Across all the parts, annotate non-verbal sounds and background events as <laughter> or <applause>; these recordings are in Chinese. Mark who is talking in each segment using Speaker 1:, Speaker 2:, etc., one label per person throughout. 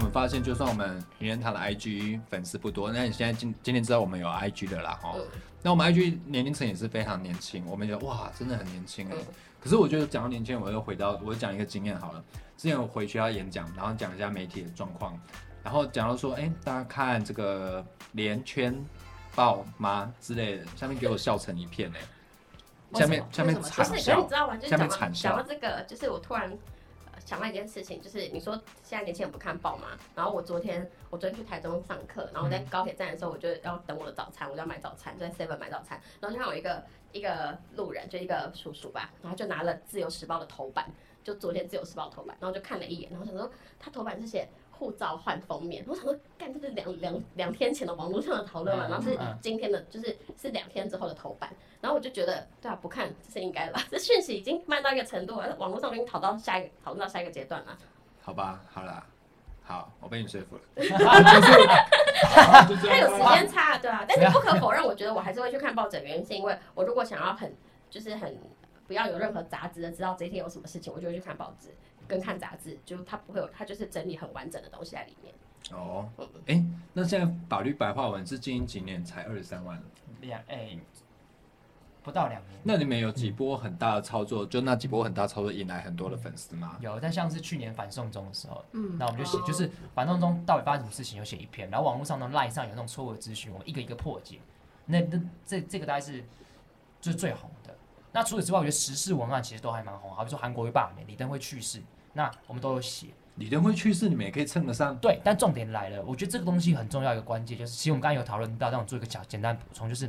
Speaker 1: 们发现，就算我们名人堂的 IG 粉丝不多，那你现在今今天知道我们有 IG 的啦，哈、
Speaker 2: 嗯
Speaker 1: 那我们 IG 年龄层也是非常年轻，我们觉得哇，真的很年轻哎、
Speaker 2: 嗯
Speaker 1: 可是我觉得讲到年轻人，我又回到我讲一个经验好了。之前我回学校演讲，然后讲一下媒体的状况，然后讲到说，哎、大家看这个连圈爆吗之类的，下面给我笑成一片哎、下面下面
Speaker 2: 为什
Speaker 1: 惨
Speaker 2: 么就是可是你
Speaker 1: 笑
Speaker 2: 知，道吗？就是
Speaker 1: 下面
Speaker 2: 讲到
Speaker 1: 惨笑
Speaker 2: 讲到这个，就是我突然、呃想到一件事情，就是你说现在年轻人不看报嘛，然后我昨天我昨天去台中上课，然
Speaker 1: 嗯
Speaker 2: 后我在高铁站的时候，我就要等我的早餐，我就要买早餐，就在 Seven 买早餐，然后就看我一个一个路人，就一个叔叔吧，然后就拿了《自由时报》的头版，就昨天《自由时报》的头版，然后就看了一眼，然后想说他头版是写。护照换封面，我想说，干这是两两两天前的网络上的讨论嘛，
Speaker 1: 嗯
Speaker 2: 然后是
Speaker 3: 嗯
Speaker 2: 今天的，就是是两天之后的头版，然后我就觉得，对啊，不看这是应该的吧？这讯息已经慢到一个程度了，网络上已经讨到下一个讨论到下一个阶段了。
Speaker 1: 好吧，好啦，好，我被你说服了。
Speaker 3: 就这
Speaker 2: 它有
Speaker 3: 样
Speaker 2: 时
Speaker 3: 吧
Speaker 2: 间差，对啊。但是不可否认，我觉得我还是会去看报纸，原因是因为我如果想要很就是很不要有任何杂质的知道这一天有什么事情，我就会去看报纸跟看杂志，就是它不会有，它就是整理很完整的东西在里面。
Speaker 1: 哦
Speaker 2: 嗯，
Speaker 1: 哎、那现在法律白话文是近几年才二十三万了，
Speaker 3: 两哎，不到两年。
Speaker 1: 那你们有几波很大的操作，就那几波很大操作引来很多的粉丝吗？
Speaker 3: 有，但像是去年反送中的时候，
Speaker 2: 嗯
Speaker 3: 那我们就写，就是反送中到底发生什么事情，有写一篇，然后网络上那种 line 上有那种错误的资讯，我们一个一个破解。那那这这个大概是就是最红的。那除此之外，我觉得时事文案其实都还蛮红，好比说韩国会罢免，李登辉去世，那我们都有写。
Speaker 1: 李登辉去世，你们也可以蹭得上。
Speaker 3: 对，但重点来了，我觉得这个东西很重要一个关键就是，其实我们刚刚有讨论到，但我做一个小简单补充，就是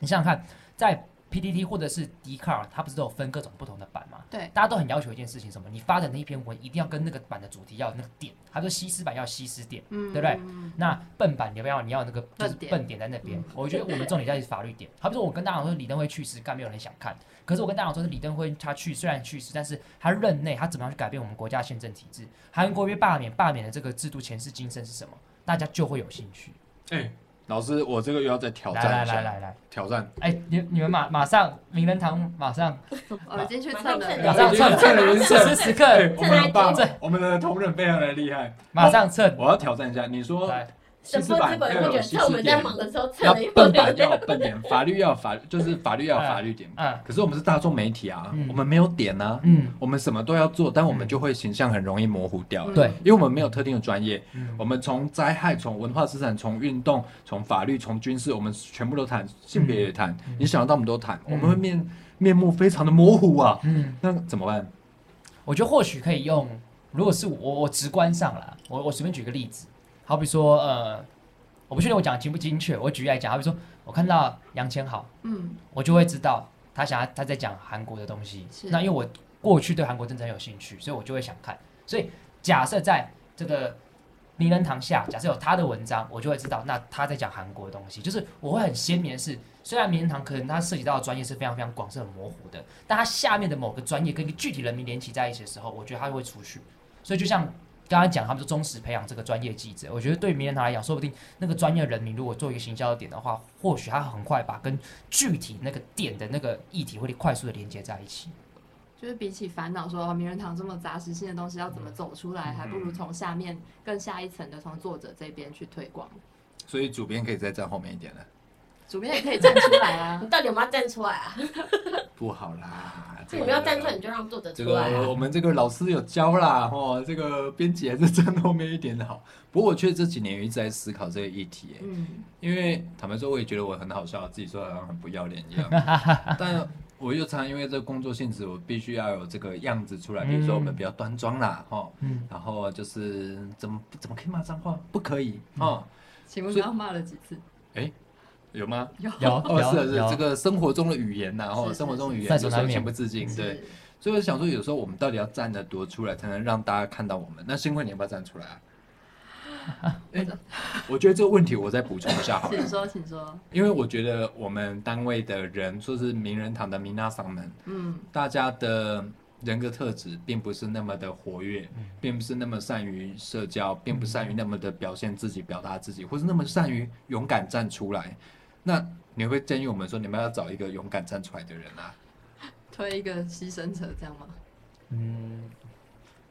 Speaker 3: 你想想看，在 PTT 或者是 d c a r 它不是都有分各种不同的版吗？
Speaker 4: 对
Speaker 3: 大家都很要求一件事情，什么？你发的那一篇文一定要跟那个版的主题要有那个点，他说西施版要西施点，
Speaker 4: 嗯
Speaker 3: 对不对？那笨版你要不要你要那个就是
Speaker 4: 笨点嗯
Speaker 3: 笨点在那边？我觉得我们重点在于法律点。好比说，我跟大家讲说李登辉去世，干没有人想看。可是我跟大家讲说，李登辉他去虽然去世，但是他任内他怎么样去改变我们国家宪政体制？韩国被罢免，罢免的这个制度前世今生是什么？大家就会有兴趣。
Speaker 1: 哎、老师，我这个又要再挑
Speaker 3: 来
Speaker 1: 战
Speaker 3: 来
Speaker 1: 一下，
Speaker 3: 来来来，
Speaker 1: 挑战。
Speaker 3: 哎、你你们马马上名人堂马上
Speaker 4: 我哦今天去
Speaker 2: 马上
Speaker 4: 蹭了
Speaker 2: 蹭
Speaker 3: 马上蹭
Speaker 1: 蹭了，
Speaker 3: 此时此刻
Speaker 1: 哎，我们的爸
Speaker 3: 这，
Speaker 1: 我们的同仁非常的厉害。
Speaker 3: 马上蹭，
Speaker 1: 我要挑战一下，你说
Speaker 3: 来
Speaker 1: 西
Speaker 2: 神
Speaker 1: 施
Speaker 2: 不知
Speaker 1: 版
Speaker 2: 鬼
Speaker 1: 要
Speaker 2: 不
Speaker 1: 有
Speaker 2: 觉，
Speaker 1: 西
Speaker 2: 趁我
Speaker 1: 施
Speaker 2: 们在
Speaker 1: 点，
Speaker 2: 忙的时候蹭
Speaker 1: 要
Speaker 2: 了一波
Speaker 1: 笨
Speaker 2: 对
Speaker 1: 版
Speaker 2: 不
Speaker 1: 要
Speaker 2: 对？
Speaker 1: 有笨点，法律要有法律，就是法律要有法律
Speaker 3: <laughs>
Speaker 1: 点。
Speaker 3: 嗯
Speaker 1: 可是我们是大众媒体啊，
Speaker 3: 嗯
Speaker 1: 我们没有点啊，
Speaker 3: 嗯，
Speaker 1: 我们什么都要做，但我们就会形象很容易模糊
Speaker 4: 嗯
Speaker 1: 掉了。
Speaker 3: 对，
Speaker 1: 因为我们没有特定的专业，
Speaker 3: 嗯
Speaker 1: 我们从灾害、从文化资产、从运动、从法律、从军事，我们全部都谈，性别也谈，
Speaker 3: 嗯
Speaker 1: 你想得到我们都谈，
Speaker 3: 嗯
Speaker 1: 我们会面面目非常的模糊啊，
Speaker 3: 嗯。
Speaker 1: 那怎么办？
Speaker 3: 我觉得或许可以用，如果是我我直观上啦，我我随便举个例子，好比说呃，我不确定我讲得精不精确，我举例来讲，好比说我看到杨千好，
Speaker 4: 嗯
Speaker 3: 我就会知道他想要他在讲韩国的东西，
Speaker 4: 是
Speaker 3: 那因为我过去对韩国政治很有兴趣，所以我就会想看，所以假设在这个。名人堂下，假设有他的文章，我就会知道那他在讲韩国的东西。就是我会很鲜明的是，虽然名人堂可能它涉及到的专业是非常非常广，是很模糊的，但它下面的某个专业跟一个具体人民连起在一起的时候，我觉得它会出去。所以就像刚刚讲，他们说忠实培养这个专业记者，我觉得对名人堂来讲，说不定那个专业人民如果做一个行销点的话，或许他很快把跟具体那个点的那个议题会快速的连接在一起。
Speaker 4: 就是比起烦恼说哦名人堂这么杂食性的东西要怎么走出来，还不如从下面更下一层的从作者这边去推广。
Speaker 1: 所以主编可以再站后面一点了，
Speaker 4: 主编也可以站出来啊
Speaker 2: 你，到底有没有站出来啊？
Speaker 1: 不好啦，这
Speaker 2: 你
Speaker 1: 个
Speaker 2: 没有站出来，你就让作者
Speaker 1: 这
Speaker 2: 出来
Speaker 1: 个
Speaker 2: 啊。
Speaker 1: 我们这个老师有教啦，哦，这个编辑还是站后面一点的好。不过我确实这几年一直在思考这个议题、欸
Speaker 4: <laughs> 嗯，
Speaker 1: 因为坦白说，我也觉得我很好笑，自己说好像很不要脸一
Speaker 3: <laughs>
Speaker 1: 样，但我又常因为这工作性质，我必须要有这个样子出来。比如说，我们比较端庄啦，哈，
Speaker 3: 嗯，
Speaker 1: 然后就是怎么怎么可以骂脏话？不可以
Speaker 3: 嗯
Speaker 1: 哦，
Speaker 4: 请问刚刚骂了几次？
Speaker 1: 有吗？
Speaker 4: 有
Speaker 3: <laughs> 有
Speaker 1: 哦，是的是的
Speaker 3: 有
Speaker 1: 这个生活中的语言呐，
Speaker 4: 是
Speaker 1: 哦，
Speaker 4: 是
Speaker 1: 生活中的语言
Speaker 3: 在
Speaker 1: 有
Speaker 3: 所
Speaker 1: 时
Speaker 3: 难
Speaker 1: 候
Speaker 3: 免
Speaker 1: 情不自禁，对。，所以我想说，有时候我们到底要站得多出来，才能让大家看到我们？那幸会你要不要站出来啊？
Speaker 3: <laughs>
Speaker 1: 哎我觉得这个问题我再补充一下好了
Speaker 4: 请，说，请说。
Speaker 1: 因为我觉得我们单位的人，就是名人堂的明娜桑们，
Speaker 4: 嗯，
Speaker 1: 大家的人格特质并不是那么的活跃，并不是那么善于社交，并不善于那么的表现自己、表达自己，或是那么善于勇敢站出来。那你会建议我们说，你们要找一个勇敢站出来的人啊？
Speaker 4: 推一个牺牲者这样吗？
Speaker 3: 嗯，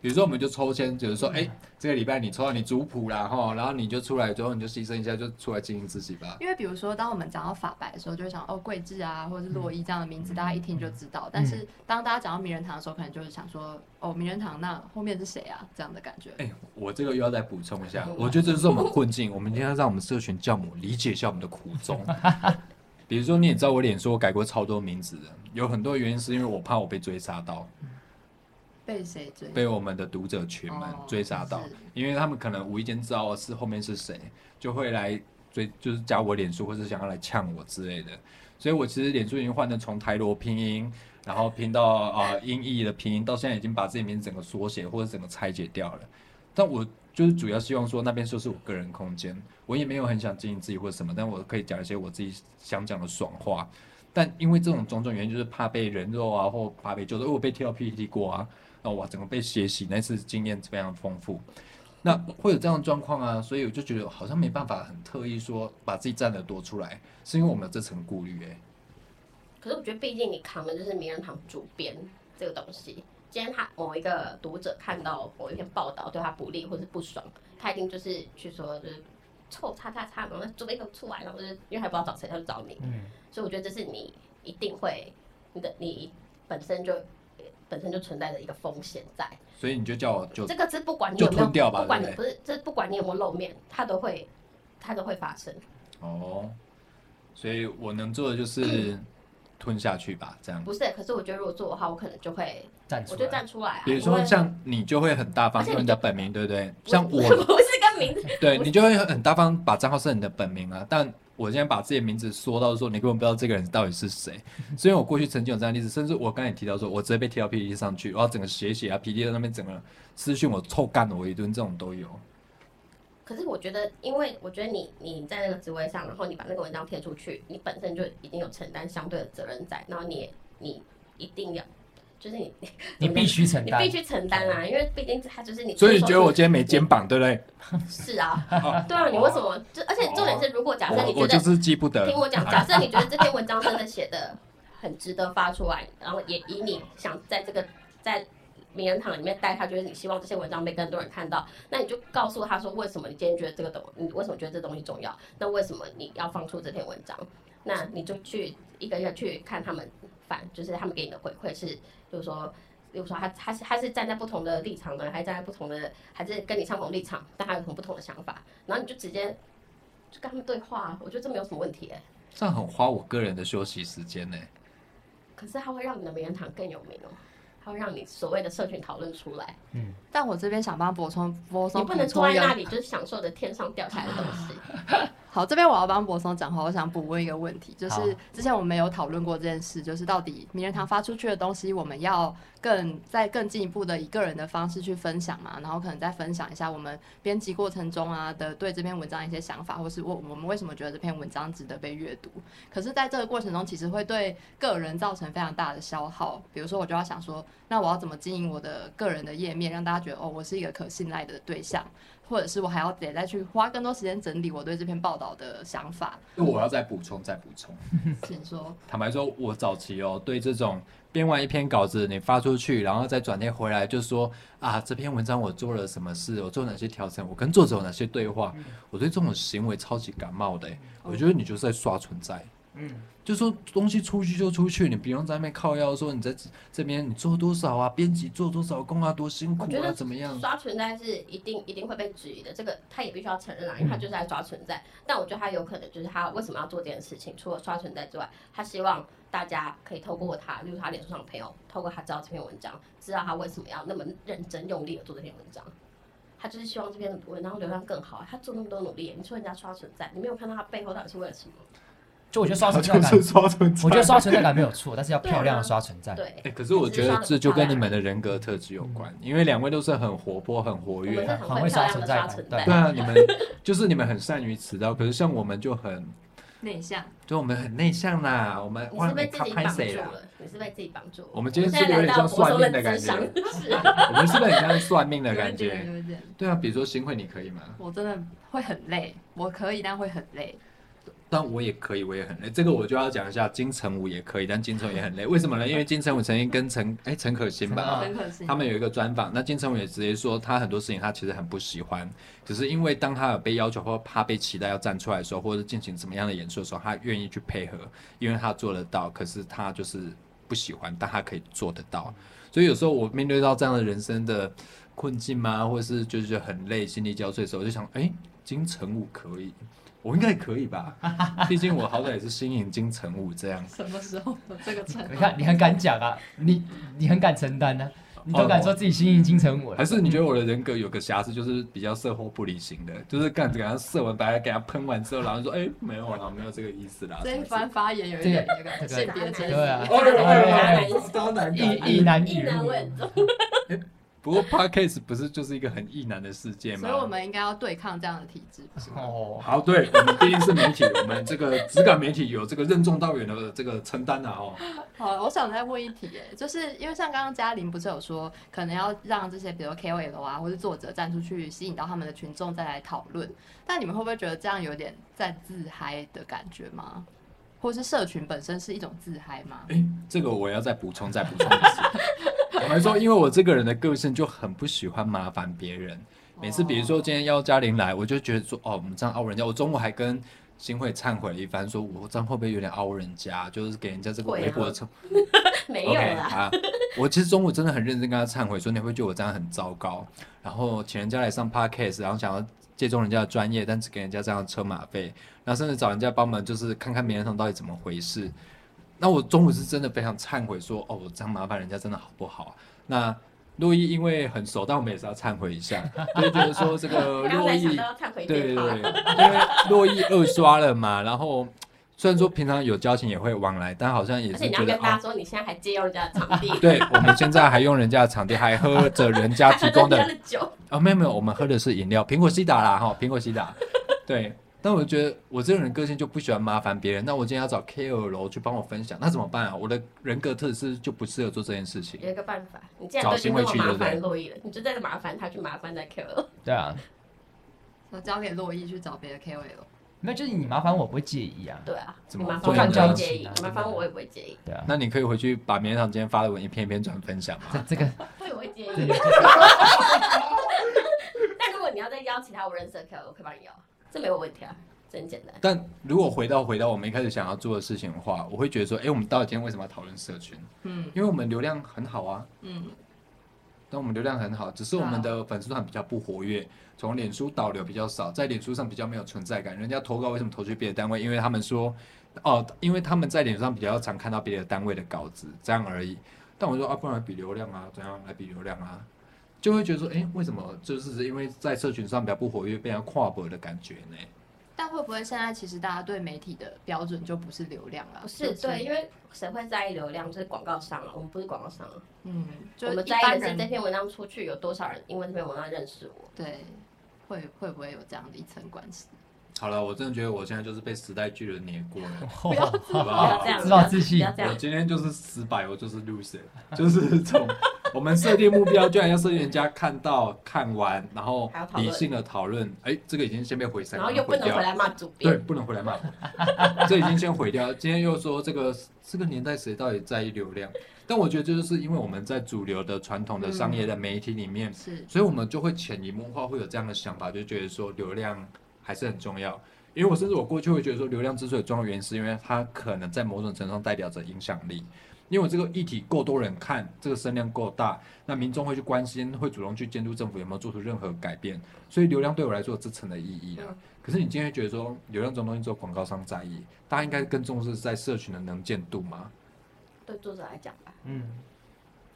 Speaker 1: 比如说我们就抽签，就是说，哎、这个礼拜你抽到你族谱啦，哈，然后你就出来之后你就牺牲一下，就出来经营自己吧。
Speaker 4: 因为比如说，当我们讲到法白的时候，就会想哦，桂枝啊，或者是洛伊这样的名字，大家一听就知道。但是当大家讲到名人堂的时候，可能就是想说，哦，名人堂那后面是谁啊？这样的感觉。
Speaker 1: 哎、我这个又要再补充一
Speaker 4: <laughs>
Speaker 1: 下，我觉得这是我们困境。我们今天要让我们社群教母理解一下我们的苦
Speaker 4: <laughs>
Speaker 1: 衷。比如说，你也知道我脸书我改过超多名字的，有很多原因是因为我怕我被追杀到，
Speaker 4: 被谁追？
Speaker 1: 被我们的读者群们
Speaker 4: 哦
Speaker 1: 追杀到，
Speaker 4: 是
Speaker 1: 因为他们可能无意间知道哦是后面是谁，就会来追，就是加我脸书，或是想要来呛我之类的。所以我其实脸书已经换成从台罗拼音，然后拼到呃音译的拼音，到现在已经把自己名字整个缩写或者整个拆解掉了。但我就是主要希望说那边就是我个人空间，我也没有很想经营自己或者什么，但我可以讲一些我自己想讲的爽话。但因为这种种种原因，就是怕被人肉啊，或怕被揪着，因为我被贴到 PPT 过啊，那哇，整个被血洗，那次经验非常丰富。那会有这样的状况啊，所以我就觉得好像没办法很特意说把自己站得多出来，是因为我们有这层顾虑哎、
Speaker 2: 可是我觉得，毕竟你扛的就是名人堂主编这个东西。今天他某一个读者看到某一篇报道对他不利或是不爽，他一定就是去说就是臭叉叉叉，然后主编都出来，然后就是因为还不知道找谁，他就找你。
Speaker 3: 嗯，
Speaker 2: 所以我觉得这是你一定会你的你本身就本身就存在的一个风险在。
Speaker 1: 所以你就叫我就
Speaker 2: 这个是不管你
Speaker 1: 就
Speaker 2: 有没有
Speaker 1: 吞掉吧
Speaker 2: 不管你
Speaker 1: 对不
Speaker 2: 不是这不管你有没有露面，它都会它都会发生。
Speaker 1: 哦，所以我能做的就是吞下去吧，这样。
Speaker 2: 不是，可是我觉得如果做的话，我可能就会
Speaker 3: 站出
Speaker 2: 我就
Speaker 3: 来，
Speaker 2: 站出来啊。
Speaker 1: 比如
Speaker 2: 因
Speaker 1: 说
Speaker 2: 为
Speaker 1: 像你就会很大方
Speaker 2: 而且
Speaker 1: 用
Speaker 2: 你
Speaker 1: 你的本名，对不对？
Speaker 2: 不是
Speaker 1: 像
Speaker 2: 不是
Speaker 1: 我，
Speaker 2: 不是跟名字
Speaker 1: 对
Speaker 2: 不是
Speaker 1: 你就会很大方把账号设你的本名啊，但。我现在把自己的名字说到说，你根本不知道这个人到底是 <laughs> 谁。虽然我过去曾经有这样的例子，甚至我刚才也提到说，我直接被贴到 PPT 上去，然后整个写写啊，PPT 那边整个私讯我臭干了我一顿，这种都有。
Speaker 2: 可是我觉得，因为我觉得你你在那个职位上，然后你把那个文章贴出去，你本身就已经有承担相对的责任在，然后你也你一定要，就是
Speaker 1: <laughs>
Speaker 2: 你
Speaker 3: 你必须承
Speaker 2: 你
Speaker 3: 担
Speaker 2: 必。须承担啊，因为毕竟它就是你。
Speaker 1: 所以你觉得我今天没肩膀，对不对？
Speaker 2: 是
Speaker 1: <laughs>
Speaker 2: 啊？对啊，你为什么？就而且重点是，如果假设你
Speaker 1: 哦我
Speaker 2: 觉
Speaker 1: 我就
Speaker 2: 得
Speaker 1: 是记不得。
Speaker 2: 听我讲，假设你觉得这篇文章真的写的很值得发出来，然后也以你想在这个在名人堂里面待下去，就是你希望这些文章被更多人看到，那你就告诉他说，为什么你今天觉得这个东，你为什么觉得这东西重要？那为什么你要放出这篇文章？那你就去一个一个去看他们反，就是他们给你的回馈是，就是说。比如说他，他是他是站在不同的立场呢，还是站在不同的，还是跟你相同立场，但他有很不同的想法，然后你就直接就跟他们对话啊，我觉得这没有什么问题、欸。
Speaker 1: 这样很花我个人的休息时间呢、
Speaker 2: 可是它会让你的名人堂更有名哦，它会让你所谓的社群讨论出来，
Speaker 4: 但我这边想帮补充波
Speaker 2: 你
Speaker 4: 松补
Speaker 2: 不
Speaker 4: 充一个，
Speaker 2: 能坐在那里就是享受着天上掉下来的东西。
Speaker 4: 好，这边我要帮柏松讲话，我想补问一个问题，就
Speaker 3: 好
Speaker 4: 是之前我们没有讨论过这件事，就是到底名人堂发出去的东西，我们要更再更进一步的以个人的方式去分享嘛，然后可能再分享一下我们编辑过程中啊的对这篇文章一些想法，或是我我们为什么觉得这篇文章值得被阅读。可是，在这个过程中，其实会对个人造成非常大的消耗。比如说，我就要想说，那我要怎么经营我的个人的页面，让大家觉得哦，我是一个可信赖的对象。或者是我还要得再去花更多时间整理我对这篇报道的想法。
Speaker 1: 我要再补充，再补充。
Speaker 3: 嗯
Speaker 4: 请说，
Speaker 1: 坦白说，我早期哦，对这种编完一篇稿子，你发出去，然后再转贴回来，就说啊，这篇文章我做了什么事，我做哪些调整，我跟作者有哪些对话，我对这种行为超级感冒的欸、我觉得你就是在刷存在。
Speaker 3: 嗯，
Speaker 1: 就说东西出去就出去，你不用在那边靠腰说你在这这边你做多少啊，编辑做多少工啊，多辛苦
Speaker 2: 我觉
Speaker 1: 啊，
Speaker 2: 得
Speaker 1: 怎么样？
Speaker 2: 刷存在是一定一定会被质疑的，这个他也必须要承认啊，因为他就是在刷存在。但我觉得他有可能就是他为什么要做这件事情，除了刷存在之外，他希望大家可以透过他，例如他脸书上的朋友，透过他知道这篇文章，知道他为什么要那么认真用力的做这篇文章。他就是希望这篇文章流量更好啊，他做那么多努力，你说人家刷存在，你没有看到他背后到底是为了什么？
Speaker 3: 就我觉得刷
Speaker 1: 他
Speaker 3: 存在
Speaker 1: <laughs>
Speaker 3: 感，
Speaker 1: 刷存在
Speaker 3: 我觉得刷存在感没有错，但是要漂亮的刷存在。
Speaker 2: 对，啊
Speaker 1: 欸可是我觉得这就跟你们的人格特质有关，因为两位都是很活泼、很活
Speaker 2: 我们
Speaker 1: 跃
Speaker 2: 是。
Speaker 3: 很
Speaker 2: 很
Speaker 3: 会
Speaker 2: 会漂
Speaker 3: 刷
Speaker 2: 亮
Speaker 3: 存
Speaker 2: 的
Speaker 3: 在
Speaker 2: 刷
Speaker 3: 感
Speaker 2: 存
Speaker 3: 对
Speaker 2: 在
Speaker 1: 对。啊，你们就是你们很善于迟到，可是像我们就很，
Speaker 4: 内向。
Speaker 1: 就我们很内向啦，我们
Speaker 2: 你是被
Speaker 1: 没
Speaker 2: 自己
Speaker 1: 拍
Speaker 2: 绑
Speaker 1: 谁
Speaker 2: 住
Speaker 1: 啦？
Speaker 2: 了，你是被自己绑住了。
Speaker 1: 我们今天是
Speaker 2: 现
Speaker 1: 不是
Speaker 2: 在
Speaker 1: 有
Speaker 2: 来
Speaker 1: 点
Speaker 2: 到
Speaker 1: 像
Speaker 2: 国
Speaker 1: 算
Speaker 2: 中
Speaker 1: 命
Speaker 2: 的
Speaker 1: 的感
Speaker 2: 智商
Speaker 1: 觉？我们是不是很像算命的感
Speaker 2: <laughs>
Speaker 4: 有一点
Speaker 1: 觉？
Speaker 4: 有一点，
Speaker 1: 对啊，比如说新会，你可以吗？
Speaker 4: 我真的会很累，我可以，但会很累。
Speaker 1: 但我也可以，我也很累。这个我就要讲一下，金城武也可以，但金城武也很累。为什么呢？因为金城武曾经跟陈哎陈可辛吧，
Speaker 3: 啊
Speaker 4: 很可惜
Speaker 1: 他。们有一个专访，那金城武也直接说他很多事情他其实很不喜欢，只是因为当他有被要求或他被期待要站出来的时候，或者进行怎么样的演出的时候，他愿意去配合，因为他做得到。可是他就是不喜欢，但他可以做得到。所以有时候我面对到这样的人生的困境吗，或者是就是觉得很累、心力交瘁的时候，我就想，哎、金城武可以，我应该可以吧？毕竟我好歹也是新颖金城武这样。
Speaker 4: 什么时候有这个称
Speaker 3: 你看，你很敢讲啊，你你很敢承担呢、啊你都敢说自己心意金城武了
Speaker 1: 还。是你觉得我的人格有个瑕疵，就是比较射后不理型的， <laughs> 就是干给他射完，把他给他喷完之后，然后说哎、没有啦，没有这个意
Speaker 4: <laughs>
Speaker 1: 思啦。
Speaker 4: 这一
Speaker 1: <laughs>
Speaker 4: 番发言有一点那个
Speaker 3: 这个
Speaker 4: 性别
Speaker 2: 这
Speaker 4: 歧
Speaker 2: 个
Speaker 3: 对啊
Speaker 4: 视。
Speaker 1: 哦，
Speaker 2: 哎
Speaker 1: 超难
Speaker 3: 一
Speaker 1: <laughs>
Speaker 3: 一男
Speaker 2: 一
Speaker 3: 一
Speaker 2: 男
Speaker 3: 女，
Speaker 2: 问 <laughs> 众，
Speaker 1: 不过 podcast 不是就是一个很异男的世界吗？
Speaker 4: 所以我们应该要对抗这样的体制，不是吗？
Speaker 3: 哦，
Speaker 1: 好，对我们毕竟是媒体，我们这个质感媒体有这个任重道远的这个承担啊哦。
Speaker 4: 好，我想再问一题，哎，就是因为像刚刚嘉玲不是有说，可能要让这些比如 KOL 啊，或是作者站出去，吸引到他们的群众再来讨论。但你们会不会觉得这样有点在自嗨的感觉吗？或是社群本身是一种自嗨吗？
Speaker 1: 哎，这个我要再补充再补充一次。我们说，因为我这个人的个性就很不喜欢麻烦别人。每次比如说今天邀嘉玲来，我就觉得说，哦，我们这样凹人家。我中午还跟新会忏悔了一番，说我这样会不会有点凹人家，就是给人家这个
Speaker 2: 会啊
Speaker 1: 微博的称。
Speaker 2: 没有
Speaker 1: OK <laughs>
Speaker 2: 啦。
Speaker 1: 啊，我其实中午真的很认真跟他忏悔，说你会不会觉得我这样很糟糕，然后请人家来上 podcast，然后想要借重人家的专业，但只给人家这样的车马费，然后甚至找人家帮忙，就是看看名人堂到底怎么回事。那我中午是真的非常忏悔说，哦，我这样麻烦人家真的好不好？啊那洛伊因为很熟，但我们也是要忏悔一下， <laughs> 就觉得说这个
Speaker 2: <laughs> 刚
Speaker 1: 洛
Speaker 2: 才想
Speaker 1: 伊
Speaker 2: 到。要忏悔
Speaker 1: 对对
Speaker 2: 电话，
Speaker 1: 对，因为洛伊二刷了嘛，然后虽然说平常有交情也会往来，但好像也
Speaker 2: 而
Speaker 1: 是
Speaker 2: 且你
Speaker 1: 觉
Speaker 2: 要
Speaker 1: 得
Speaker 2: 跟大
Speaker 1: 啊
Speaker 2: 家，说，你现在还借用人家的场地，
Speaker 1: <laughs> 对我们现在还用人家的场地，还喝着人
Speaker 2: <laughs>
Speaker 1: 家提
Speaker 2: 还喝
Speaker 1: 供的
Speaker 2: 人家的酒，
Speaker 1: 啊、没有没有，我们喝的是饮料，苹果西打啦哈，苹果西打。对，但我觉得我这个人个性就不喜欢麻烦别人，那我今天要找 KOL 去帮我分享，那怎么办啊？我的人格特质就不适合做这件事情。
Speaker 2: 有一个办法，你既然都已经那么麻烦洛伊了，你就在这麻烦他去麻烦那 Q 了。
Speaker 3: 对啊，
Speaker 4: 我交给洛伊去找别的 KOL。
Speaker 3: 没有就是你麻烦我不会介意啊，
Speaker 2: <laughs> 对啊，
Speaker 1: 怎
Speaker 2: 你
Speaker 1: 么
Speaker 2: 麻烦
Speaker 1: 会呢
Speaker 2: 我也不会介意，你麻烦我也不会介意，
Speaker 3: 对啊，
Speaker 1: 那你可以回去把棉堂今天发的文一篇一篇转分享嘛。
Speaker 3: 这这个
Speaker 2: 我也不会介
Speaker 3: 这
Speaker 2: 意。
Speaker 3: 个
Speaker 2: <laughs> 但如果你要再邀其他我认识的 Q，我可以帮你邀，这没有问题啊，这很简单。
Speaker 1: 但如果回到回到我们一开始想要做的事情的话，我会觉得说，哎、我们到底今天为什么要讨论社群？
Speaker 4: 嗯
Speaker 1: 因为我们流量很好啊，
Speaker 4: 嗯，
Speaker 1: 但我们流量很好，只是我们的粉丝团比较不活跃，从脸书导流比较少，在脸书上比较没有存在感。人家投稿为什么投去别的单位？因为他们说，哦，因为他们在脸书上比较常看到别的单位的稿子，这样而已。但我说啊，不然比流量啊，怎样来比流量啊？就会觉得说，哎、为什么就是因为在社群上比较不活跃，被人家跨博的感觉呢？
Speaker 4: 但会不会现在其实大家对媒体的标准就不是流量了？
Speaker 2: 不是对，，因为谁会在意流量？就是广告商啊，我们不是广告商啊，
Speaker 4: 嗯，就
Speaker 2: 我
Speaker 4: 一
Speaker 2: 们在
Speaker 4: 般
Speaker 2: 意的是这
Speaker 4: 人
Speaker 2: 篇文章出去有多少人因为这篇文章认识我。
Speaker 4: 对会会不会有这样的一层关系？
Speaker 1: 好了，我真的觉得我现在就是被时代巨人碾过了。好不
Speaker 2: 不要啊
Speaker 1: 好
Speaker 2: 这样，
Speaker 3: 自暴自
Speaker 2: 不
Speaker 3: 弃
Speaker 2: 要，这
Speaker 1: 我
Speaker 2: 样。
Speaker 1: 今天就是失败，我就是 loser，就是 <laughs> 从我们设定目标，居然要设定人家看到、看完，然后
Speaker 2: 还要讨论
Speaker 1: 理性的讨论。哎，这个已经先被回删，
Speaker 2: 然后又不
Speaker 1: 毁
Speaker 2: 能
Speaker 1: 掉
Speaker 2: 回。来骂主
Speaker 1: 对，
Speaker 2: 编，
Speaker 1: 不能回来骂我， <laughs> 这已经先毁掉。今天又说这个这个年代谁到底在意流量？但我觉得这就是因为我们在主流的传统的商业
Speaker 2: 嗯
Speaker 1: 的媒体里面，
Speaker 4: 是
Speaker 1: 所以我们就会潜移默化会有这样的想法，就觉得说流量还是很重要。因为我甚至我过去会觉得说，流量之所以重要，原因是因为它可能在某种程度上代表着影响力。因为我这个议题够多人看，这个声量够大，那民众会去关心，会主动去监督政府有没有做出任何改变。所以流量对我来说有这层的意义啊
Speaker 2: 嗯。
Speaker 1: 可是你今天会觉得说，流量这种东西只有广告商在意，大家应该更重视在社群的能见度嘛？
Speaker 2: 对作者来讲吧，
Speaker 3: 嗯，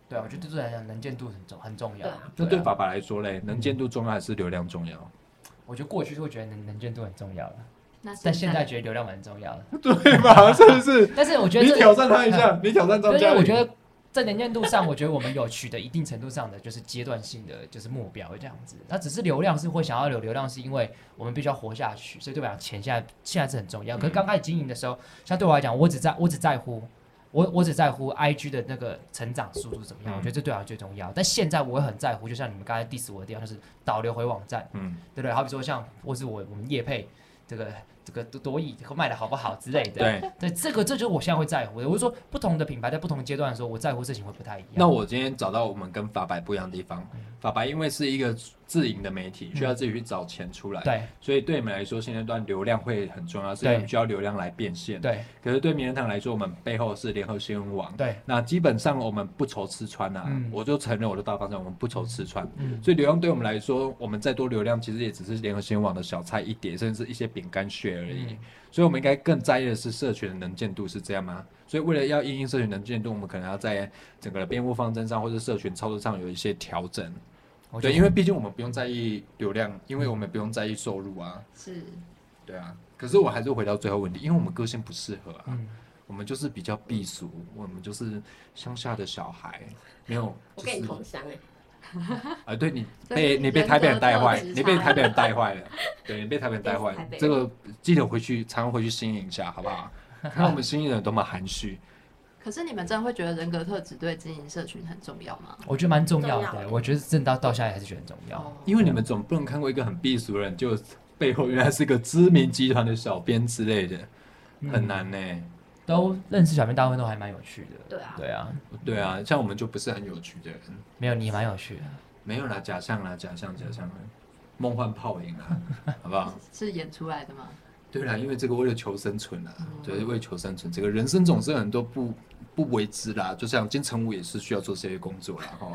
Speaker 3: 对啊，我觉得对作者来讲能见度很重很重要
Speaker 2: 对啊，
Speaker 1: 那对
Speaker 3: 啊
Speaker 1: 爸爸来说嘞，能见度重要还是流量重要？ <laughs>
Speaker 3: 我觉得过去是会觉得能能见度很重要的，
Speaker 4: 那
Speaker 3: 但现在觉得流量蛮重要的，
Speaker 1: 对吧？ <laughs> 是不是？
Speaker 3: 但是我觉得
Speaker 1: 你
Speaker 3: 这
Speaker 1: 挑战他一
Speaker 3: <laughs>
Speaker 1: 下，你挑战张
Speaker 3: 对，因
Speaker 1: 嘉
Speaker 3: 为
Speaker 1: 颖。
Speaker 3: 我觉得在能见度上，我觉得我们有取得一定程度上的就是阶段性的就是目标这样子。那只是流量是会想要有流量，是因为我们必须要活下去，所以对我来讲钱现在现在是很重要。可是刚开始经营的时候，像对我来讲，我只在我只在乎。我我只在乎 I G 的那个成长速度怎么样，
Speaker 1: 嗯
Speaker 3: 我觉得这对我来讲最重要。但现在我也很在乎，就像你们刚才 diss 我的地方，就是导流回网站，
Speaker 1: 嗯，
Speaker 3: 对不对？好比说像，或是我我们业配这个这个多多益卖的好不好之类的。
Speaker 1: 对，
Speaker 3: 对，这个这就是我现在会在乎的。我是说，不同的品牌在不同阶段的时候，我在乎事情会不太一样。
Speaker 1: 那我今天找到我们跟法白不一样的地方，法白因为是一个自营的媒体，需要自己去找钱出来，
Speaker 3: 对
Speaker 1: 所嗯以对你们来说现阶段流量会很重要，是
Speaker 3: 对
Speaker 1: 你们需要流量来变现。
Speaker 3: 对
Speaker 1: 可是对名人堂来说，我们背后是联合新闻网，
Speaker 3: 对，
Speaker 1: 那基本上我们不愁吃穿呐、
Speaker 3: 嗯
Speaker 1: 我就承认我的大方向，我们不愁吃穿。
Speaker 3: 嗯，
Speaker 1: 所以流量对我们来说，我们再多流量，其实也只是联合新闻网的小菜一碟，甚至一些饼干屑而已。
Speaker 3: 嗯
Speaker 1: 所以我们应该更在意的是社群的能见度，是这样吗？所以为了要因应社群能见度，我们可能要在整个的辩护方针上或者社群操作上有一些调整。
Speaker 3: 我觉
Speaker 1: 对，
Speaker 3: 得
Speaker 1: 因为毕竟我们不用在意流量，因为我们不用在意收入啊，
Speaker 4: 是
Speaker 1: 对啊。可是我还是回到最后问题，因为我们个性不适合啊。
Speaker 3: 嗯，
Speaker 1: 我们就是比较避俗，我们就是乡下的小孩，没有，
Speaker 2: 我
Speaker 1: 就
Speaker 2: 跟你
Speaker 1: 是
Speaker 2: 同乡哎、
Speaker 1: 啊，对你
Speaker 4: 这
Speaker 1: 被
Speaker 4: 是
Speaker 1: 你被
Speaker 4: 人
Speaker 1: 台北
Speaker 4: 格
Speaker 1: 人带
Speaker 4: 特
Speaker 1: 坏，
Speaker 4: 质
Speaker 1: 你被
Speaker 4: 差
Speaker 1: 台北人带坏了，对，你被台北人带坏
Speaker 2: 台北，人
Speaker 1: 这个记得回去常常回去新营一下，好不好？看我们新营人多么含蓄，
Speaker 4: 可是你们真的会觉得人格特质对经营社群很重要吗？哦
Speaker 3: 我觉得蛮重要
Speaker 2: 重要
Speaker 3: 的。我觉得真的到到现在还是觉得很重要。
Speaker 1: 因为你们总不能看过一个很避俗的人，就背后原来是个知名集团的小编之类的，很难呢、
Speaker 3: 都认识小编，大部分都还蛮有趣的。
Speaker 2: 对啊，
Speaker 3: 对啊，
Speaker 1: 对啊，像我们就不是很有趣的人，
Speaker 3: 没有你也蛮有
Speaker 2: <laughs>
Speaker 3: 趣的。
Speaker 1: 没有啦，假象啦，假象，假象啦，梦幻泡影啦，好不好？
Speaker 4: 是演出来的吗？
Speaker 1: 对啦，因为这个为了求生存啊，就是为求生存，这个人生总是有很多不不为之啦。就像金城武也是需要做这些工作啦，哈。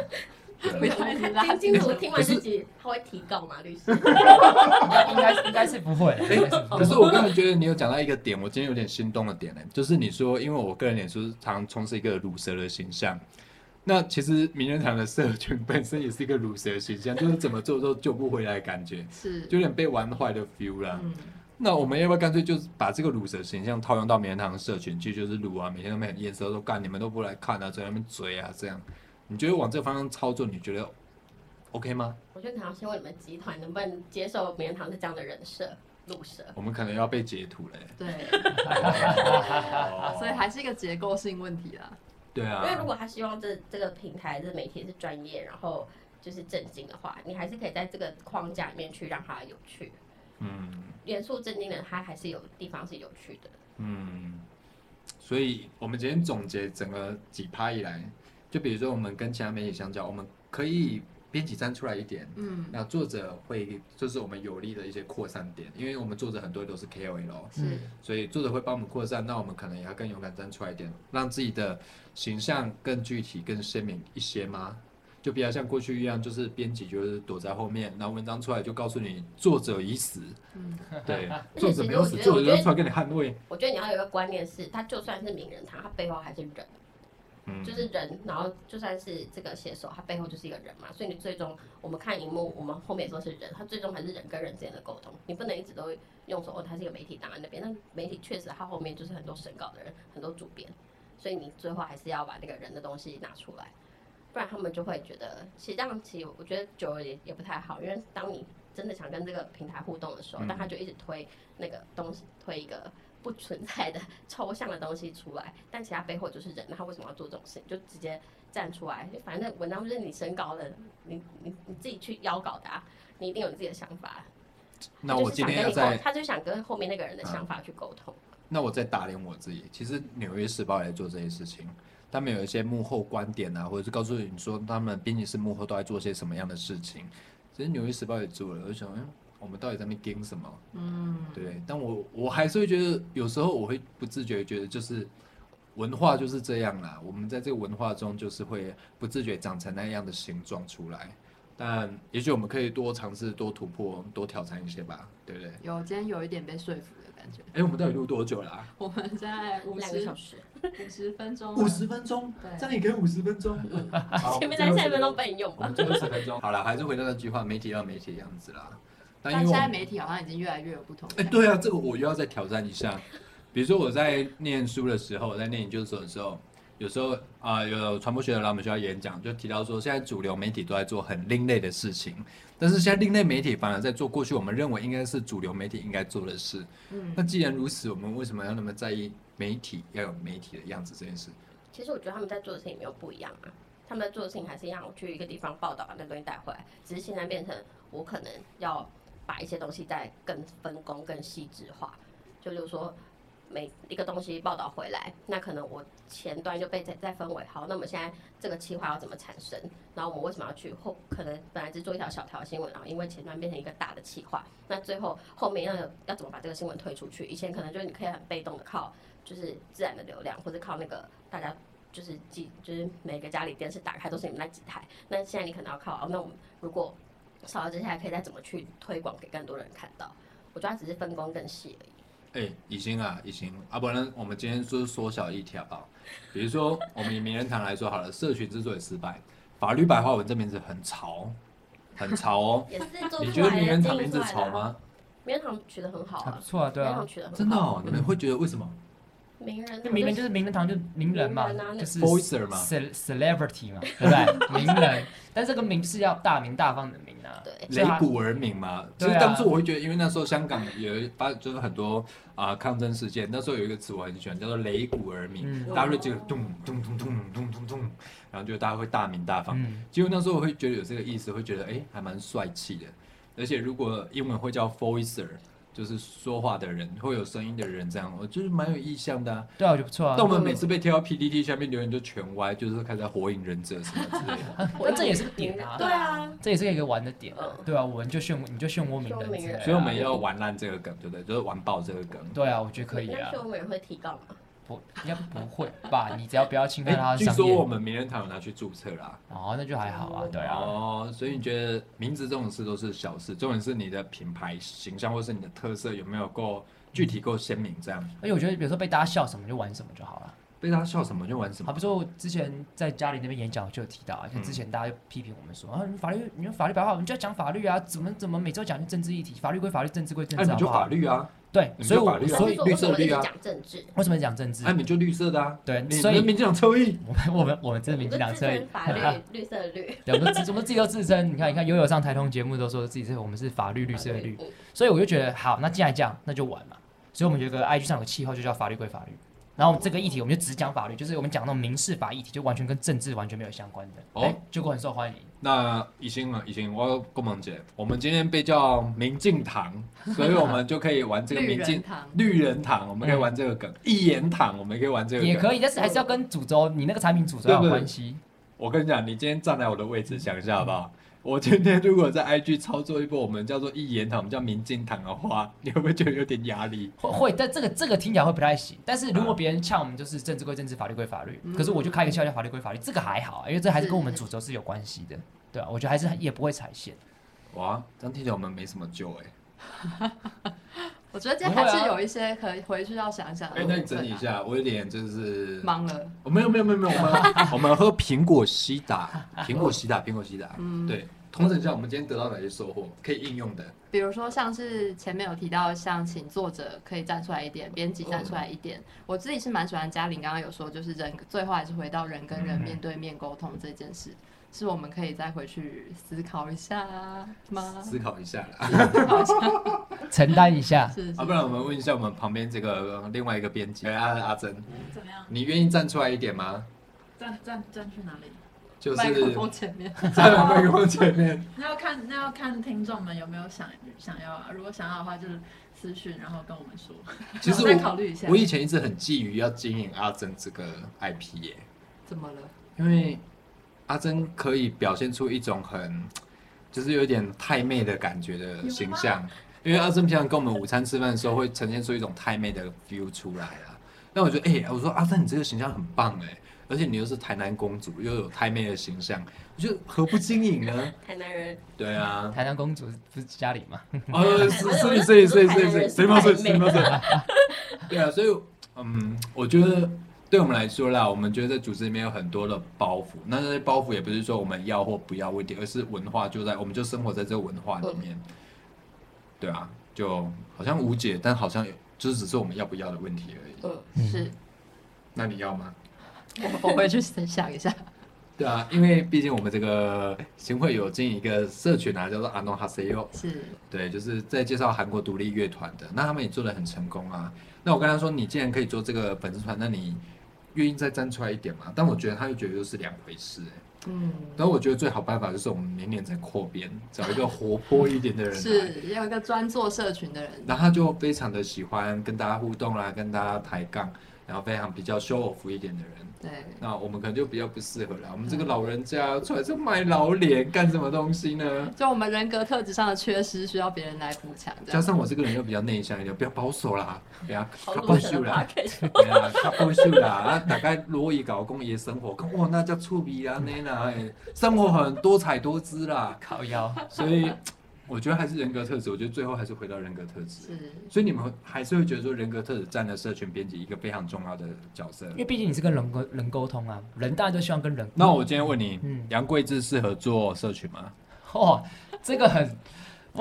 Speaker 4: 不
Speaker 2: <laughs>
Speaker 1: 对
Speaker 4: 要一直拉
Speaker 2: 金金主听完自己他会提告吗？律师？
Speaker 3: 应该应该是不会，应该是不会
Speaker 1: 可是我个人觉得你有讲到一个点，我今天有点心动的点呢、就是你说，因为我个人脸书常常充斥一个乳蛇的形象，那其实名人堂的社群本身也是一个乳蛇的形象，就是怎么做都救不回来的感觉，
Speaker 4: 是，
Speaker 1: 就有点被玩坏的 feel 啦。
Speaker 4: 嗯，
Speaker 1: 那我们要不要干脆就是把这个卤蛇形象套用到名人堂的社群，其实就是卤啊，每天都没很厌色，都干你们都不来看啊，在那边追啊这样。你觉得往这个方向操作，你觉得 OK 吗？
Speaker 2: 我觉得可能要先问你们集团能不能接受名人堂是这样的人设、路设。
Speaker 1: 我们可能要被截图嘞、
Speaker 4: 对，
Speaker 1: 哦
Speaker 4: 所以还是一个结构性问题啦。
Speaker 1: 对
Speaker 2: 因为如
Speaker 1: 啊，
Speaker 2: 果他希望这这个平台、这个媒体是专业，然后就是正经的话，你还是可以在这个框架里面去让它有趣。
Speaker 1: 嗯
Speaker 2: 严肃正经的，它还是有地方是有趣的。
Speaker 1: 嗯。所以我们今天总结整个几趴以来，就比如说我们跟其他媒体相较，我们可以编辑站出来一点，
Speaker 4: 嗯，
Speaker 1: 那作者会就是我们有利的一些扩散点，因为我们作者很多都是 KOL。
Speaker 4: 是，
Speaker 1: 所以作者会帮我们扩散，那我们可能也要更勇敢站出来一点，让自己的形象更具体、更鲜明一些吗？就比较像过去一样，就是编辑就是躲在后面，然后文章出来就告诉你作者已死，
Speaker 4: 嗯，
Speaker 1: <laughs>
Speaker 2: <laughs>
Speaker 1: 对，
Speaker 2: 且
Speaker 1: 作者没有死，
Speaker 2: 其实
Speaker 1: 作
Speaker 2: 我
Speaker 1: 者
Speaker 2: 觉得
Speaker 1: 就出来跟你捍卫，
Speaker 2: 我觉得你要有一个观念是，它就算是名人堂，它背后还是人，
Speaker 1: 嗯，
Speaker 2: 就是人。然后就算是这个写手，他背后就是一个人嘛。所以你最终我们看荧幕，我们后面说是人，他最终还是人跟人之间的沟通。你不能一直都用说哦，他是一个媒体档案那边，那媒体确实他后面就是很多审稿的人，很多主编，所以你最后还是要把那个人的东西拿出来，不然他们就会觉得，其实这样其实我觉得久了也也不太好，因为当你真的想跟这个平台互动的时候，
Speaker 1: 嗯
Speaker 2: 但他就一直推那个东西，推一个不存在的抽象的东西出来，但其他背后就是人，那他为什么要做这种事情？就直接站出来，反正文章就是你审稿的，你你你自己去邀稿的、啊，你一定有你自己的想法。
Speaker 1: 那我今天要
Speaker 2: 在，
Speaker 1: 在，
Speaker 2: 他就想跟后面那个人的想法去沟通。
Speaker 1: 那我再打脸我自己。其实《纽约时报》也在做这些事情，他们有一些幕后观点啊，或者是告诉你说他们编辑室幕后都在做些什么样的事情。其实《纽约时报》也做了，我就想，嗯，我们到底在那边盯什么？
Speaker 4: 嗯，
Speaker 1: 对，但我我还是会觉得，有时候我会不自觉地觉得，就是文化就是这样啦。我们在这个文化中，就是会不自觉长成那样的形状出来。但也许我们可以多尝试、多突破、多挑战一些吧，对不对？
Speaker 4: 有今天有一点被说服的感觉。 <laughs>
Speaker 1: 哎，我们到底录多久啦、
Speaker 4: 我们现在五
Speaker 2: 两个
Speaker 4: 十
Speaker 2: 小时，
Speaker 4: 五十分钟了，啊
Speaker 1: 五十分钟，
Speaker 4: 对
Speaker 1: 这样也可以五十分钟。嗯好
Speaker 2: <laughs> 前面在下一分钟被你用
Speaker 1: 我
Speaker 2: 吧
Speaker 1: 们。最后十分钟。好了，还是回到那句话，媒体要媒体的样子啦。但因
Speaker 4: 但
Speaker 1: 为
Speaker 4: 现
Speaker 1: 我
Speaker 4: 在
Speaker 1: 们
Speaker 4: 媒体好像已经越来越有不同的
Speaker 1: 哎、
Speaker 4: 感觉。
Speaker 1: 对啊，这个我又要再挑战一下。比如说我在念书的时候，我在念研究所的时候，有时候啊、有传播学的来我们学校演讲，就提到说，现在主流媒体都在做很另类的事情，但是现在另类媒体反而在做过去我们认为应该是主流媒体应该做的事。
Speaker 4: 嗯
Speaker 1: 那既然如此，我们为什么要那么在意媒体要有媒体的样子这件事？
Speaker 2: 其实我觉得他们在做的事情没有不一样啊，他们在做的事情还是一样，我去一个地方报道，把那东西带回来，只是现在变成我可能要把一些东西再更分工、更细致化。就例如说每一个东西报道回来，那可能我前端就被再再分为好，那我们现在这个企划要怎么产生？然后我们为什么要去后？可能本来只做一条小条的新闻，然后因为前端变成一个大的企划，那最后后面要有要怎么把这个新闻推出去？以前可能就是你可以很被动的靠就是自然的流量，或者靠那个大家。就是几，就是每个家里电视打开都是你们那几台。那现在你可能要靠，哦、那我们如果少了这些，还可以再怎么去推广给更多人看到？我觉得它只是分工更细而已。。
Speaker 1: 哎、已经啊，已经啊，不然我们今天就是缩小一条啊。比如说，我们以名人堂来说好了，社群之所以失败，法律白话文这名字很潮，很潮哦
Speaker 2: <laughs> 也是做
Speaker 1: 你
Speaker 2: 出
Speaker 1: 觉得
Speaker 2: 来
Speaker 1: 名
Speaker 2: 的，
Speaker 1: 人
Speaker 2: 经
Speaker 1: 堂
Speaker 2: 营
Speaker 1: 名字
Speaker 2: 出来的
Speaker 1: 潮
Speaker 2: 啊。
Speaker 1: 吗？
Speaker 2: 名人堂取得很好
Speaker 3: <laughs> 还不
Speaker 2: 啊，
Speaker 3: 错啊，对
Speaker 2: 名人
Speaker 3: 啊
Speaker 2: 堂，取得
Speaker 1: 真
Speaker 2: 很
Speaker 1: 的
Speaker 2: 好。
Speaker 1: 哦，你们会觉得为什
Speaker 2: 嗯
Speaker 1: 么
Speaker 2: 名人
Speaker 3: 那
Speaker 2: 堂
Speaker 3: 明明
Speaker 2: 就
Speaker 3: 就是是名人堂，就名人嘛
Speaker 2: 名人啊，那
Speaker 3: 就是
Speaker 1: ？Voicer 嘛，
Speaker 3: ce- celebrity 嘛，对不对？
Speaker 2: <laughs>
Speaker 3: 名人，但这个名是要大名大放的名啊。
Speaker 2: 对，
Speaker 1: 擂鼓而鸣嘛。其
Speaker 3: 对啊
Speaker 1: 实当初我会觉得，因为那时候香港有一发，就是很多啊、抗争事件，那时候有一个词我很喜欢，叫做擂鼓而鸣。
Speaker 3: 嗯
Speaker 1: 大家会觉得咚咚咚咚咚咚咚，然后就大家会大鸣大放。
Speaker 3: 嗯，
Speaker 1: 结果那时候我会觉得有这个意思，会觉得哎、诶还蛮帅气的。而且如果英文会叫 voicer，就是说话的人，会有声音的人，这样我就是蛮有意向的、啊。
Speaker 3: 对啊，我觉得不错啊
Speaker 1: 但。我们每次被贴到 PPT 下面留言就全歪，就是开始在火影忍者什么之类
Speaker 3: <laughs>
Speaker 1: 的。
Speaker 2: 我
Speaker 3: 那这也是个点啊
Speaker 2: 对啊，
Speaker 3: 这也是一个玩的点啊，
Speaker 2: 嗯
Speaker 3: 对啊，我们就漩涡，你就漩涡鸣人之类的啊，
Speaker 1: 所以我们要玩烂这个梗，对不对？就是玩爆这个梗。
Speaker 3: 对啊，我觉得可以
Speaker 2: 那
Speaker 3: 啊
Speaker 2: 秀，美会提高吗？
Speaker 3: 不，应该不会吧？你只要不要侵犯他
Speaker 1: 哎，
Speaker 3: 的
Speaker 1: 据
Speaker 3: 商
Speaker 1: 说我
Speaker 3: 业，
Speaker 1: 们名人堂有拿去注册啦。
Speaker 3: 哦，那就还好啊，对啊，
Speaker 1: 哦，所以你觉得名字这种事都是小事，重点是你的品牌形象或是你的特色有没有够具体够鲜明，这样
Speaker 3: 而且我觉得，比如说被大家笑什么就玩什么就好了。
Speaker 1: 被大家笑什么就玩什么
Speaker 3: 好，。比说我之前在家里那边演讲就有提到啊，
Speaker 1: 嗯
Speaker 3: 就之前大家就批评我们说啊，你们法律，你们法律白话，我们就要讲法律啊，怎么怎么每周讲政治议题，法律归法律，政治归政
Speaker 1: 那、
Speaker 3: 治，
Speaker 1: 你
Speaker 3: 好
Speaker 1: 就
Speaker 3: 不
Speaker 1: 法
Speaker 3: 好？
Speaker 1: 律啊，
Speaker 3: 对，
Speaker 1: 你
Speaker 3: 所以
Speaker 1: 就
Speaker 3: 我
Speaker 1: 法律啊
Speaker 3: 所
Speaker 2: 还
Speaker 3: 以
Speaker 2: 是说
Speaker 1: 绿色
Speaker 2: 为什么一
Speaker 1: 绿啊
Speaker 2: 直讲政治，
Speaker 3: 为什么讲政治
Speaker 1: 那、？你就绿色的啊。
Speaker 3: 对，
Speaker 1: 你
Speaker 3: 嗯所以
Speaker 1: 民进党侧翼，
Speaker 3: 我们我们我们真的民进
Speaker 2: 我
Speaker 3: 党
Speaker 2: 们就自
Speaker 3: 所以
Speaker 2: 称法律
Speaker 1: <laughs>
Speaker 2: 绿色绿，
Speaker 3: 对，我们自我 <laughs> 们自己都自称，你看你看，悠悠上台通节目都说自己是我们是法律绿
Speaker 1: 啊
Speaker 3: 色绿，
Speaker 2: 嗯
Speaker 3: 所以我就觉得好，那既然这样，那就玩嘛。所以我们有个 IG 上有个气候就叫法律归法律，然后我们这个议题我们就只讲法律，就是我们讲那种民事法议题，就完全跟政治完全没有相关的，
Speaker 1: 哦
Speaker 3: 哎，结果很受欢迎。
Speaker 1: 那已经了，已经我要跟萌姐，我们今天被叫民进堂，
Speaker 3: <laughs>
Speaker 1: 所以我们就可以玩这个
Speaker 4: 绿
Speaker 1: 民
Speaker 4: 人
Speaker 1: 进
Speaker 4: 堂，
Speaker 1: 绿人堂，我们可以玩这个梗；一言堂，我们可以玩这个梗。
Speaker 3: 嗯也可以，但是还是要跟主轴，你那个产品主轴
Speaker 1: 对
Speaker 3: 要
Speaker 1: 不
Speaker 3: 有
Speaker 1: 对
Speaker 3: 关系。
Speaker 1: 我跟你讲，你今天站来我的位置，想一下好不好？
Speaker 3: 嗯
Speaker 1: 我今天如果在 IG 操作一波我们叫做一言堂，我们叫民进堂的话， <laughs> 你会不会觉得有点压力？
Speaker 3: 会会，但这个这个听起来会不太行。但是如果
Speaker 1: 嗯
Speaker 3: 别人呛我们，就是政治归政治，法律归法律。
Speaker 4: 嗯
Speaker 3: 可是我就开个笑笑，法律归法律，这个还好啊，因为这还是跟我们
Speaker 4: 是
Speaker 3: 主轴是有关系的，对啊，我觉得还是也不会踩线。
Speaker 1: 哇，这样听起来我们没什么救哎、
Speaker 4: 我觉得今天还是有一些可以回去要想想
Speaker 1: 哎、
Speaker 4: 的部分啊。
Speaker 1: 那你整理一下，我有点就是
Speaker 4: 忙了，
Speaker 1: 我哦没有没有没有没有，我们我们喝苹果西 <laughs> 打，苹果西打，苹果西打。
Speaker 4: 嗯，
Speaker 1: 对，同整一下，我们今天得到哪些收获，可以应用的？
Speaker 4: 比如说像是前面有提到，像请作者可以站出来一点，编辑站出来一点。
Speaker 1: 嗯
Speaker 4: 我自己是蛮喜欢嘉玲刚刚有说，就是人最后还是回到人跟人
Speaker 3: 嗯
Speaker 4: 面对面沟通这件事，是我们可以再回去思考一下吗？
Speaker 1: 思考一下啦。 <laughs>
Speaker 3: 承担一下，
Speaker 4: <laughs> 是是
Speaker 1: 啊，不然我们问一下我们旁边这个呃另外一个编辑，哎阿阿珍，
Speaker 5: 怎么样？
Speaker 1: 你愿意站出来一点吗？
Speaker 5: 站站站去哪里？
Speaker 1: 就是
Speaker 4: 麦克风前面，
Speaker 1: 站在 <laughs> 麦克风前
Speaker 4: <laughs>
Speaker 1: 面。
Speaker 5: 那要看那要看听众们有没有想想要啊。如果想要的话，就是私讯，然后跟我们说。
Speaker 1: 其实
Speaker 5: 我再考
Speaker 1: 我
Speaker 5: 虑一下
Speaker 1: 我。以前一直很觊觎要经营阿珍这个 IP 耶、
Speaker 4: 怎么了？
Speaker 1: 因为阿珍可以表现出一种很，就是有一点太妹的感觉的形象。因为阿珍平常跟我们午餐吃饭的时候，会呈现出一种太妹的 feel 出来啊。那我觉得，哎、我说阿珍，你这个形象很棒哎、而且你又是台南公主，又有太妹的形象，我觉得何不经营呢？
Speaker 2: 台南人，
Speaker 1: 对啊，
Speaker 3: 台南公主不是家 <laughs> 里嘛？
Speaker 1: <laughs> 哦，是是是是是是，谁冒谁谁冒谁？ <laughs> 对啊，所以嗯，我觉得对我们来说啦，我们觉得在组织里面有很多的包袱，那这些包袱也不是说我们要或不要问题，而是文化就在，我们就生活在这个文化里面。对啊，就好像无解，但好像就只是我们要不要的问题而已。
Speaker 2: 嗯，
Speaker 4: 是
Speaker 1: 那你要吗？
Speaker 4: 我我回去想一下。
Speaker 1: 对啊，因为毕竟我们这个行会有经营一个社群啊，叫做阿诺哈塞哟。
Speaker 4: 是
Speaker 1: 对，就是在介绍韩国独立乐团的，那他们也做得很成功啊。那我跟他说，你既然可以做这个粉丝团，那你愿意再站出来一点嘛？但我觉得他就觉得又是两回事、欸，
Speaker 4: 嗯，
Speaker 1: 但我觉得最好办法就是我们年年在扩编，找一个活泼一点的人来，
Speaker 4: 是要有一个专做社群的人，
Speaker 1: 然后他就非常的喜欢跟大家互动啦，跟大家抬杠，然后非常比较 show off 一点的人。
Speaker 4: 对，
Speaker 1: 那我们可能就比较不适合啦。我们这个老人家出来就卖老脸，干什么东西呢？
Speaker 4: 就我们人格特质上的缺失需要别人来补强，这
Speaker 1: 加
Speaker 4: 样
Speaker 1: 上我这个人又比较内向一点，不要保守啦，不要
Speaker 2: 好
Speaker 1: 卡
Speaker 2: 多
Speaker 1: 不
Speaker 2: 神
Speaker 1: 秀
Speaker 2: 的话
Speaker 1: 啦，
Speaker 2: 可以
Speaker 1: <laughs>
Speaker 2: 说，
Speaker 1: 对啊，卡不秀啦。啊，大概如伊搞工业生活，讲哇，那叫趣味啊，那啦，哎生活很多彩多姿啦。
Speaker 3: 靠腰，
Speaker 1: 所以我觉得还是人格特质，我觉得最后还是回到人格特质。
Speaker 4: 是
Speaker 1: 所以你们还是会觉得说，人格特质占了社群编辑一个非常重要的角色
Speaker 3: 因。为毕竟你是跟人沟人沟通啊，人大家都希望跟人。
Speaker 1: 那我今天问你，
Speaker 3: 嗯，
Speaker 1: 杨贵志适合做社群吗？
Speaker 3: 哦，这个很，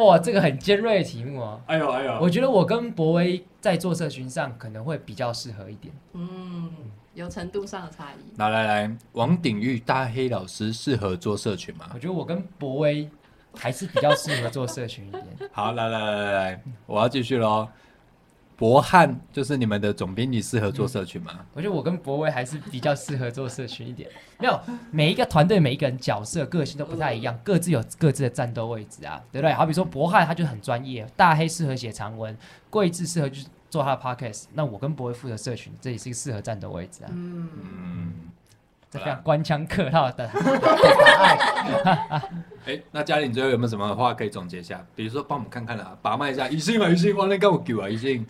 Speaker 3: 哇，这个很尖锐的题目哦。
Speaker 1: 哎呦哎呦，
Speaker 3: 我觉得我跟博威在做社群上可能会比较适合一点。
Speaker 4: 嗯，有程度上的差异，
Speaker 1: 来来来，王鼎玉大黑老师适合做社群吗
Speaker 3: 我？觉得我跟博威还是比较适合做社群一点。
Speaker 1: 好，来来来来来，我要继续喽。博翰就是你们的总编辑，适合做社群吗？
Speaker 3: 我觉得我跟博威还是比较适合做社群一点。没有，每一个团队每一个人角色个性都不太一样，各自有各自的战斗位置啊，对不对？好比说博翰他就很专业，大黑适合写长文，桂智适合去做他的 podcast，那我跟博威负责社群，这也是一个适合战斗位置啊。
Speaker 4: 嗯，
Speaker 1: 嗯，
Speaker 2: 啊
Speaker 3: 这非常官腔客套的
Speaker 1: 哎，那嘉玲最后有没有什么话可以总结一下？比如说帮我们看看啦、把脉一下。宜兴啊，宜兴，我那个我救啊，宜兴，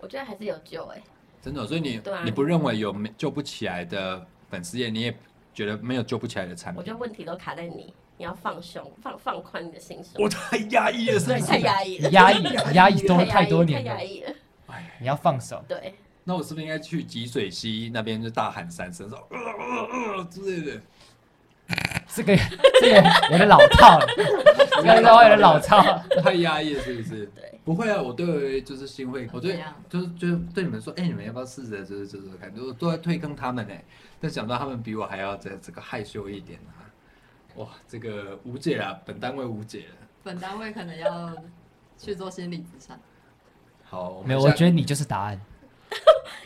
Speaker 2: 我觉得还是有救哎、
Speaker 1: 真的哦，所以你、
Speaker 2: 对啊
Speaker 1: 你不认为有没救不起来的粉丝业，你也觉得没有救不起来的产
Speaker 2: 我觉
Speaker 1: 品
Speaker 2: 得？问题都卡在你，你要放胸，放放宽你的心胸。
Speaker 1: 我太压抑了，是不
Speaker 2: 太
Speaker 1: 是？
Speaker 2: 压抑了，
Speaker 3: 压
Speaker 2: <laughs>
Speaker 3: 抑压抑多
Speaker 2: 太
Speaker 3: 太
Speaker 2: 压
Speaker 3: 多
Speaker 2: 抑
Speaker 3: 年
Speaker 2: 太压
Speaker 3: 了，
Speaker 2: 抑了。
Speaker 1: 哎，
Speaker 3: 你要放手。
Speaker 2: 对，
Speaker 1: 那我是不是应该去吉水溪那边就大喊三声，说呃呃呃之类
Speaker 2: <laughs>
Speaker 1: 的？
Speaker 3: 这个这个有点老套了，这个稍微有点老套了。
Speaker 1: <laughs> 太压抑了，是不是？
Speaker 2: 对，
Speaker 1: 不会啊，我对就是新会，我
Speaker 4: 怎
Speaker 1: 对
Speaker 4: 样
Speaker 1: 就是就是对你们说，哎、你们要不要试着就是就是看，就是都在推坑他们呢、但想到他们比我还要这这个害羞一点啊，哇，这个无解啊，本单位无解了。
Speaker 4: 本单位可能要去做心理咨
Speaker 2: <laughs>
Speaker 4: 商，
Speaker 1: 好，我们
Speaker 3: 没有，我
Speaker 1: 下
Speaker 3: 觉得你就是答案。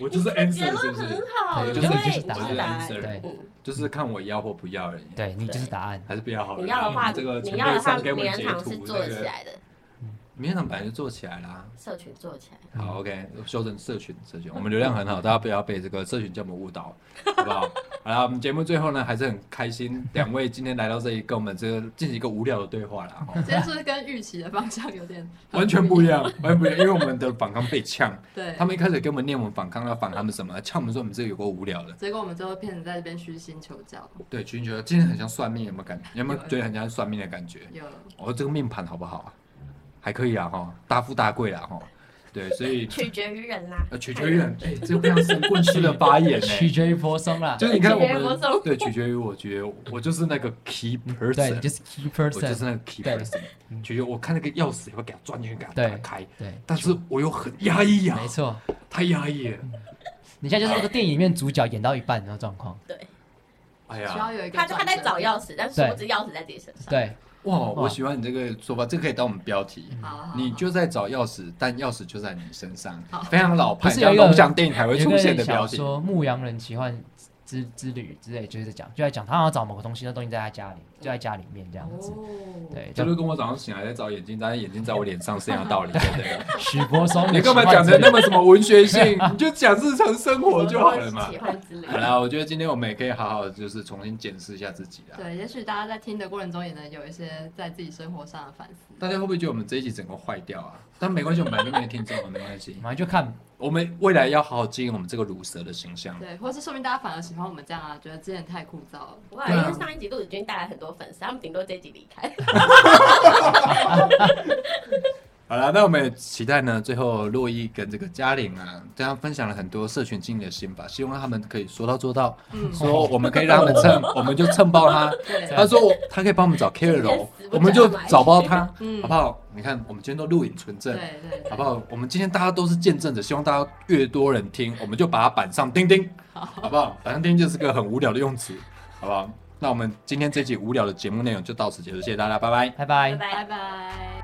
Speaker 1: 我就是
Speaker 2: 结
Speaker 1: answer 是
Speaker 2: 论
Speaker 1: 不
Speaker 2: 很
Speaker 1: 是？
Speaker 2: 好，
Speaker 3: 对
Speaker 2: 对，
Speaker 3: 就是是
Speaker 2: 你
Speaker 3: 答
Speaker 2: 是
Speaker 3: 案
Speaker 2: 答案，
Speaker 1: 对
Speaker 2: 嗯，
Speaker 1: 就是看我要或不要而已。，
Speaker 3: 对你就是答案。
Speaker 1: 还是不要好了。
Speaker 2: 你要的
Speaker 1: 然后
Speaker 2: 话，
Speaker 1: 们这个
Speaker 2: 你
Speaker 1: 前
Speaker 2: 要
Speaker 1: 辈
Speaker 2: 的话，
Speaker 1: 上给我
Speaker 2: 名
Speaker 1: 们
Speaker 2: 人
Speaker 1: 截
Speaker 2: 堂是
Speaker 1: 图，
Speaker 2: 做
Speaker 1: 那
Speaker 2: 得起
Speaker 1: 个
Speaker 2: 来的，
Speaker 1: 名人堂本来就做起来啦。
Speaker 2: <laughs> 社群做起来。
Speaker 1: 好，OK，修正社群，社群，我们流量很好，大家不要被这个社群教母误导，好不好？好了，我们节目最后呢，还是很开心，两位今天来到这里，跟我们这个进行一个无聊的对话啦，哦
Speaker 4: <laughs> 今天是不是跟预期的方向有点
Speaker 1: 完全不一样，完全不一样，因为我们的反抗被呛，
Speaker 4: 对
Speaker 1: 他，们一开始给我们念我们反抗要反他们什么，呛我们说我们这个有够无聊的，
Speaker 4: 结果我们最后变成在这边虚心求教，
Speaker 1: 对，群觉得今天很像算命，有没有感有没有觉得很像算命的感觉？
Speaker 4: 有
Speaker 1: 我、哦、这个命盘好不好啊？还可以啊，哈，大富大贵啦，哈，对，所以
Speaker 2: 取决于人 <laughs> 啦，
Speaker 1: 呃，取决于人，哎、这个非常神棍式的发言呢、哎
Speaker 3: 取决于佛松
Speaker 1: <laughs>
Speaker 3: 啦。
Speaker 1: 就是你看我
Speaker 2: 取决于
Speaker 1: 们
Speaker 2: 伯仲
Speaker 1: 对取决于我觉得我就是那个 key
Speaker 3: 对，你
Speaker 1: person，
Speaker 3: 就是 key
Speaker 1: 我就是
Speaker 3: person。
Speaker 1: 那个 key
Speaker 3: 对
Speaker 1: person，
Speaker 3: 嗯
Speaker 1: 取决于我看那个钥匙也会给它钻进去，给它
Speaker 3: 对
Speaker 1: 打开，
Speaker 3: 对，
Speaker 1: 但是我又很压抑啊
Speaker 3: 没，错，嗯
Speaker 1: 太压抑了，
Speaker 3: 你现在就是那个电影里面主角演到一半的状
Speaker 1: <laughs>
Speaker 3: 况。
Speaker 1: 哎
Speaker 4: 需
Speaker 1: 呀
Speaker 4: 要，有一个
Speaker 2: 他就他在
Speaker 4: 转
Speaker 2: 找
Speaker 4: 折，
Speaker 2: 钥匙，但是
Speaker 3: 对
Speaker 2: 不知钥匙在自己身上。
Speaker 3: 对，
Speaker 1: 哇，我
Speaker 3: 哇
Speaker 1: 喜欢你这个说法，这个可以当我们标题。
Speaker 4: 好好，
Speaker 1: 你
Speaker 4: 好
Speaker 1: 就在找钥匙，但钥匙就在你身上
Speaker 4: 好，
Speaker 1: 非常老派，
Speaker 3: 不是有
Speaker 1: 像
Speaker 3: 一个
Speaker 1: 龙翔电影才会
Speaker 3: 有
Speaker 1: 出现
Speaker 3: 个
Speaker 1: 的标
Speaker 3: 小
Speaker 1: 题。
Speaker 3: 说《牧羊人奇幻之之旅》之类，就是在讲，就在讲他好像找某个东西，那东西在他家里，就在家里面这样子。
Speaker 4: 哦，
Speaker 3: 对，
Speaker 1: 这
Speaker 3: 就
Speaker 1: 就跟我早上醒来在找眼睛，但是眼睛在我脸上是一样的道理，对不对？
Speaker 3: <laughs> 许博松的
Speaker 1: 你
Speaker 3: 奇
Speaker 1: 干
Speaker 3: 幻之旅。
Speaker 1: 嘛讲的那么什么文学
Speaker 3: <laughs>
Speaker 1: 性？你就讲日常生活就好了嘛。
Speaker 2: 喜欢之类
Speaker 1: <laughs> 好。啦，我觉得今天我们也可以好好地就是重新检视一下自己啦。
Speaker 4: 对，也许大家在听的过程中也能有一些在自己生活上的反思，
Speaker 1: 大家会不会觉得我们这一集整个坏掉啊？但没关系，我们本来就没听众，没关
Speaker 4: <laughs>
Speaker 1: 系
Speaker 3: 我。们就看
Speaker 1: 我们未来要好好经营我们这个乳蛇的形象。
Speaker 4: 对，或是说明大家反而喜欢我们这样啊，觉得之前太枯燥了，
Speaker 2: 不会啊，
Speaker 1: 对啊
Speaker 2: 因为上一集陆子君带来很多粉丝，他们顶多这一集离开。
Speaker 1: 好啦，那我们也期待呢，最后洛伊跟这个嘉玲啊，跟他分享了很多社群经营的心法，希望他们可以说到做到。
Speaker 4: 嗯，
Speaker 1: 说我们可以让他们
Speaker 4: <laughs>
Speaker 1: 蹭，我们就蹭爆他。
Speaker 4: 对，
Speaker 1: 他说我他可以帮我们找
Speaker 4: <laughs>
Speaker 1: KOL，我们就找爆他，
Speaker 4: 嗯
Speaker 1: 好不好？你看，我们今天都录影存证，
Speaker 4: 对对
Speaker 1: 好
Speaker 4: 对，
Speaker 1: 不好？我们今天大家都是见证者，希望大家越多人听，我们就把它板上钉钉，好不好？板上钉钉就是个很无聊的用词，好不好？那我们今天这集无聊的节目内容就到此结束，谢谢大家，拜拜。
Speaker 3: 拜拜
Speaker 2: 拜。拜
Speaker 4: 拜。拜。